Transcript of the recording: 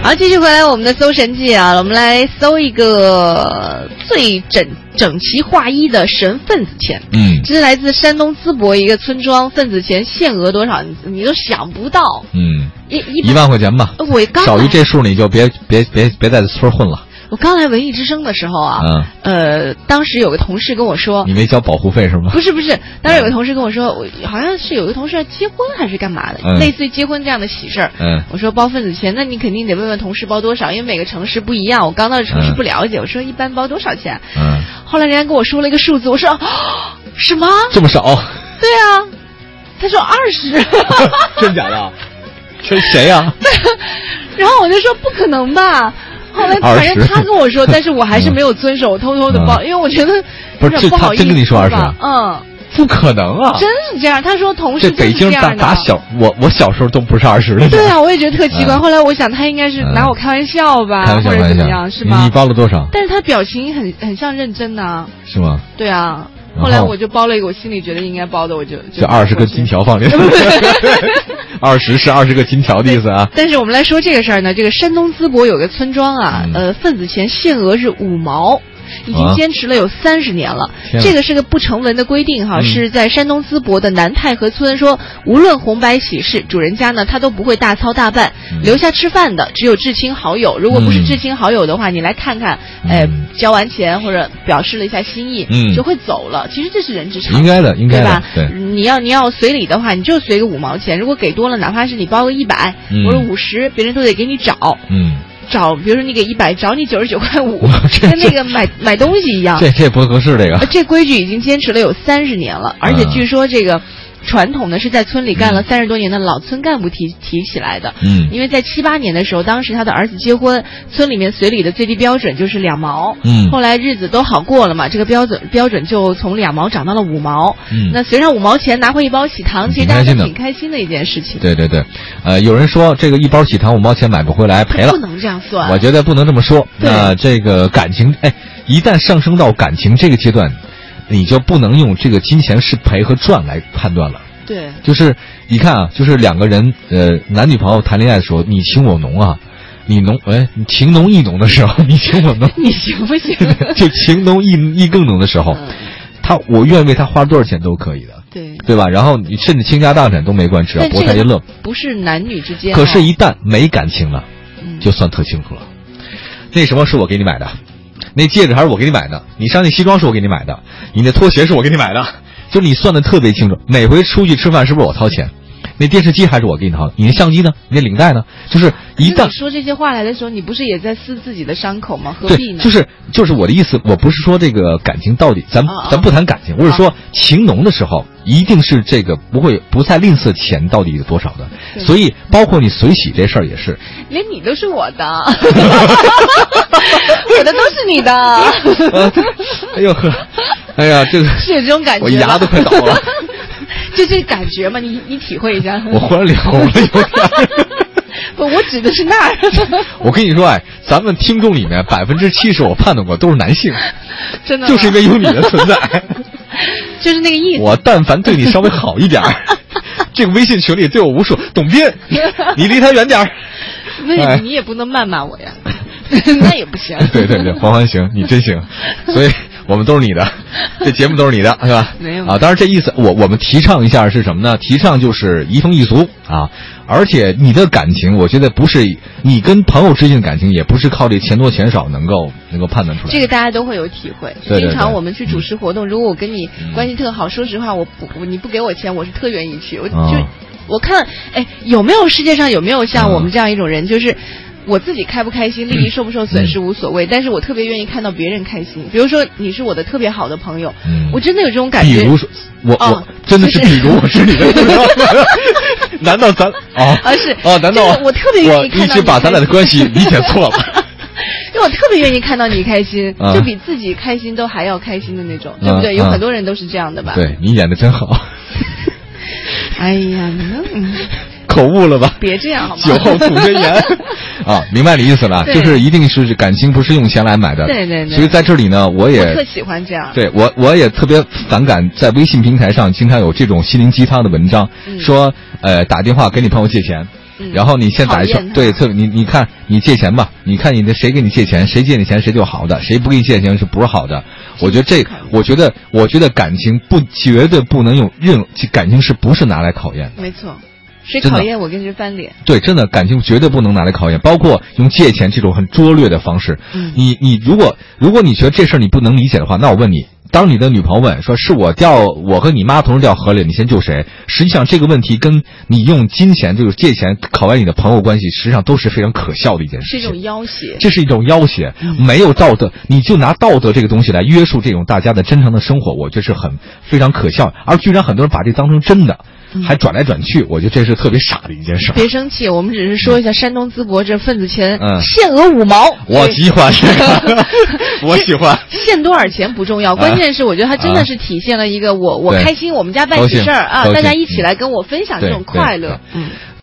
好，继续回来我们的搜神记啊，我们来搜一个最整整齐划一的神份子钱。嗯这是来自山东淄博一个村庄，份子钱限额多少，你你都想不到，嗯，一一呃一万块钱吧，我刚少于来，这数你就别别别别在村混了。我刚来文艺之声的时候啊，嗯，呃，当时有个同事跟我说你，没交保护费 是吗不？是不是，当时有个同事跟我说，我好像是有个同事要结婚还是干嘛的，嗯类似于结婚这样的喜事儿。嗯我说包份子钱，那你肯定得问问同事包多少，因为每个城市不一样。我刚到这城市嗯不了解，我说一般包多少钱？嗯，后来人家跟我说了一个数字，我说、 啊什么？这 么少，对啊，他说二十， 真假的？这谁呀？ 然后我就说不可能吧。后来20反正他跟我 说，但是我还是没有遵守，我偷偷的包，嗯因为我觉得不是有点这不他好意思真跟你说吧20嗯，不可能啊！真是这样。他说同事就这是北京这打样的打小我我小时候都不是二十 的。对啊，我也觉得特奇怪。嗯后来我想，他应该是拿我开玩笑吧，开玩笑，或者开玩怎么笑，样，是你吗你？包了多少？但是他表情很很像认真的、啊，是吗？对啊。然后后来我就包了一个我心里觉得应该包的，我就就二十根金。条放进 去，二十是二十个金条的意思啊。但是我们来说这个事儿呢，这个山东淄博有个村庄啊，嗯呃，份子钱限额是五毛。已经啊坚持了有三十年了，天哪这个是个不成文的规定哈，嗯是在山东淄博的南太河村说，无论红白喜事，主人家呢他都不会大操大办，嗯留下吃饭的只有至亲好友，如果不是嗯至亲好友的话，你来看看，哎嗯，交完钱或者表示了一下心意，嗯就会走了。其实这是人之常应该的，应该对的吧，？对，你要你要随礼的话，你就随个五毛钱。如果给多了，哪怕是你包个一百、嗯或者五十，别人都得给你找嗯，找。比如说你给一百，找你九十九块五， 这跟那个买买东西一样。嗯这啊这不合适，这呃个这规矩已经坚持了有三十年了，而且嗯据说这个传统呢是在村里干了嗯三十多年的老村干部提提起来的。嗯因为在七八年的时候，当时他的儿子结婚，村里面随礼的最低标准就是两毛。嗯后来日子都好过了嘛，这个标准标准就从两毛涨到了五毛。嗯那随上五毛钱拿回一包喜糖，其实挺大开家心都的挺开心的一件事情。对对对，呃，有人说这个一包喜糖五毛钱买不回来，赔了不。能这样算。我觉得不能这么说。对那这个感情，哎，一旦上升到感情这个阶段，你就不能用这个金钱是赔和赚来判断了。对，，就是你看啊，就是两个人，呃，男女朋友谈恋爱的时候，你情我浓啊，你浓，哎，你情浓意浓的时候，你 情我浓你行不 行？就情浓意意更浓的时候，嗯他我愿为他花多少钱都可以的，对。对吧？然后你甚至倾家荡产都没关系，只要但博这财一乐个。不是男女之间啊、可是，一旦没感情了。嗯、就算特清楚了。那什么是我给你买的？那戒指还是我给你买的？你上那西装是我给你买的？你那拖鞋是我给你买的？就你算的特别清楚，每回出去吃饭是不是我掏钱？那电视机还是我给你掏的？你那相机呢？你那领带呢？就是一那旦你说这些话来的时候，你不是也在撕自己的伤口吗？何必对，呢？就是就是我的意思，我不是说这个感情到底，咱啊啊啊咱不谈感情，我是说情浓的时候，一定是这个不会不再吝啬钱到底有多少的，对所以包括你随喜这事儿也是，连你都是我 的，我的都是 你的，啊 哎呦呵，哎呀，这个是有这种感觉吧。我牙都快倒了就 这感觉嘛，你你体会一下。我忽然脸红了有点儿。不， 我指的是那 儿，我跟你说，哎，咱们听众里面百分之七十，我判断过都是男性，真的吗。就是因为有你的存在。就是那个意思。我但凡对你稍微好一点儿，这个微信群里对我无数。董斌，你离他远点儿。那你、哎你也不能谩骂我 呀，那也不行。对对对，黄欢行，你 真行，所以我们都是你的，这节目都是你的，是吧？ 没有啊，当然这意思，我我们提倡一下是什么呢？提倡就是移风易俗啊，而且你的感情，我觉得不是你跟朋友之间的感情，也不是靠这钱多钱少能够能够判断出来的。这个大家都会有体会。对对对经常我们去主持活动，如果我跟你嗯关系特好，说实话，我不我你不给我钱，我是特愿意去。我就、哦我看，哎，有没有世界上有没有像嗯我们这样一种人，就是。我自己开不开心，利益受不受损失无所嗯谓，但是我特别愿意看到别人开心。比如说，你是我的特别好的朋友，嗯我真的有这种感比觉。如说，我、哦我真的是，就是比如我是你的， 难道咱哦啊是哦？难道就是我特别愿意我看到一直你把咱俩的开关系理解错了？因为我特别愿意看到你开心，啊就比自己开心都还要开心的那种，嗯 对不对？有嗯很多人都是这样的吧？。对你演的真好， 哎呀，你们嗯 口误了吧？别这样好吗？酒后吐 真言啊，明白你意思了，对就是一定是感情不是用钱来买的。对对对所以在这里呢，我我也特喜欢这样。对我我也特别反感在微信平台上经常有这种心灵鸡汤的文章，嗯说呃打电话给你朋友借钱，嗯然后你先打一讨圈厌，他对，特别你你看你借钱吧，你看你的谁给你借钱，谁借你钱谁就好的，谁不给你借钱是不是好的？我觉得这，我觉得我觉得感情不绝对不能用任感情是不是拿来考验的？没错，谁真的考验我跟谁翻脸。对，真的感情绝对不能拿来考验，包括用借钱这种很拙劣的方式。嗯你你如果如果你觉得这事儿你不能理解的话，那我问你，当你的女朋友问说是我掉我和你妈同时掉河里，你先救谁？实际上这个问题跟你用金钱就是借钱考验你的朋友关系，实际上都是非常可笑的一件是事一种情。要挟。这是一种要挟，没有道德，你就拿道德这个东西来约束这种大家的真诚的生活，我觉得是很非常可笑。而居然很多人把这当成真的，嗯还转来转去，我觉得这是特别傻的一件事儿。别生气，我们只是说一下山东淄博这份子钱嗯限额五毛，我对喜欢这个，我喜欢。 限多少钱不重要，关键是我觉得它真的是体现了一个我我啊对开心，我们家办高喜兴事儿啊，高大家兴嗯一起来跟我分享这对种对快对乐，嗯。